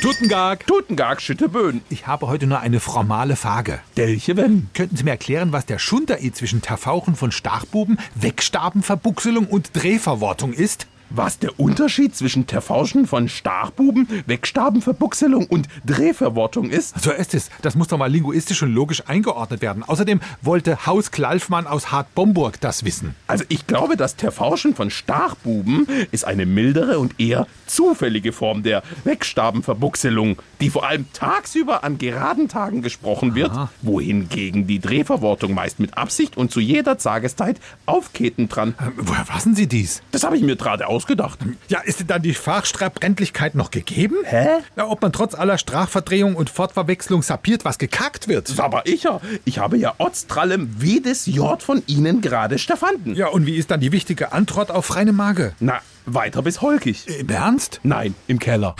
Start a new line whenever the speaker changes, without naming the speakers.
Tuttengag.
Tutengag, Schütteböen.
Ich habe heute nur eine formale Frage.
Delche, wenn.
Könnten Sie mir erklären, was der Schunterei zwischen Tafauchen von Stachbuben, Wegstaben, Verbuchselung und Drehverwortung ist?
Was der Unterschied zwischen Terfauschen von Stachbuben, Wegstaben, Verbuchselung und Drehverwortung ist?
So ist es. Das muss doch mal linguistisch und logisch eingeordnet werden. Außerdem wollte Haus Klalfmann aus Hartbomburg das wissen.
Also ich glaube, das Terfauschen von Stachbuben ist eine mildere und eher zufällige Form der Wegstabenverbuchselung, die vor allem tagsüber an geraden Tagen gesprochen wird, wohingegen die Drehverwortung meist mit Absicht und zu jeder Tageszeit aufketen dran.
Ähm, Woher wissen Sie dies?
Das habe ich mir gerade ausgedacht.
Ja, ist denn dann die Fachstreitbrennlichkeit noch gegeben?
Hä?
Na, ob man trotz aller Strachverdrehung und Fortverwechslung sapiert, was gekackt wird.
Das aber ich ja. Ich habe ja Ortstrallem jedes Jort von Ihnen gerade Stefanden.
Ja, und wie ist dann die wichtige Antwort auf reine Mage?
Na, weiter bis Holkig.
Im Ernst?
Nein, im Keller.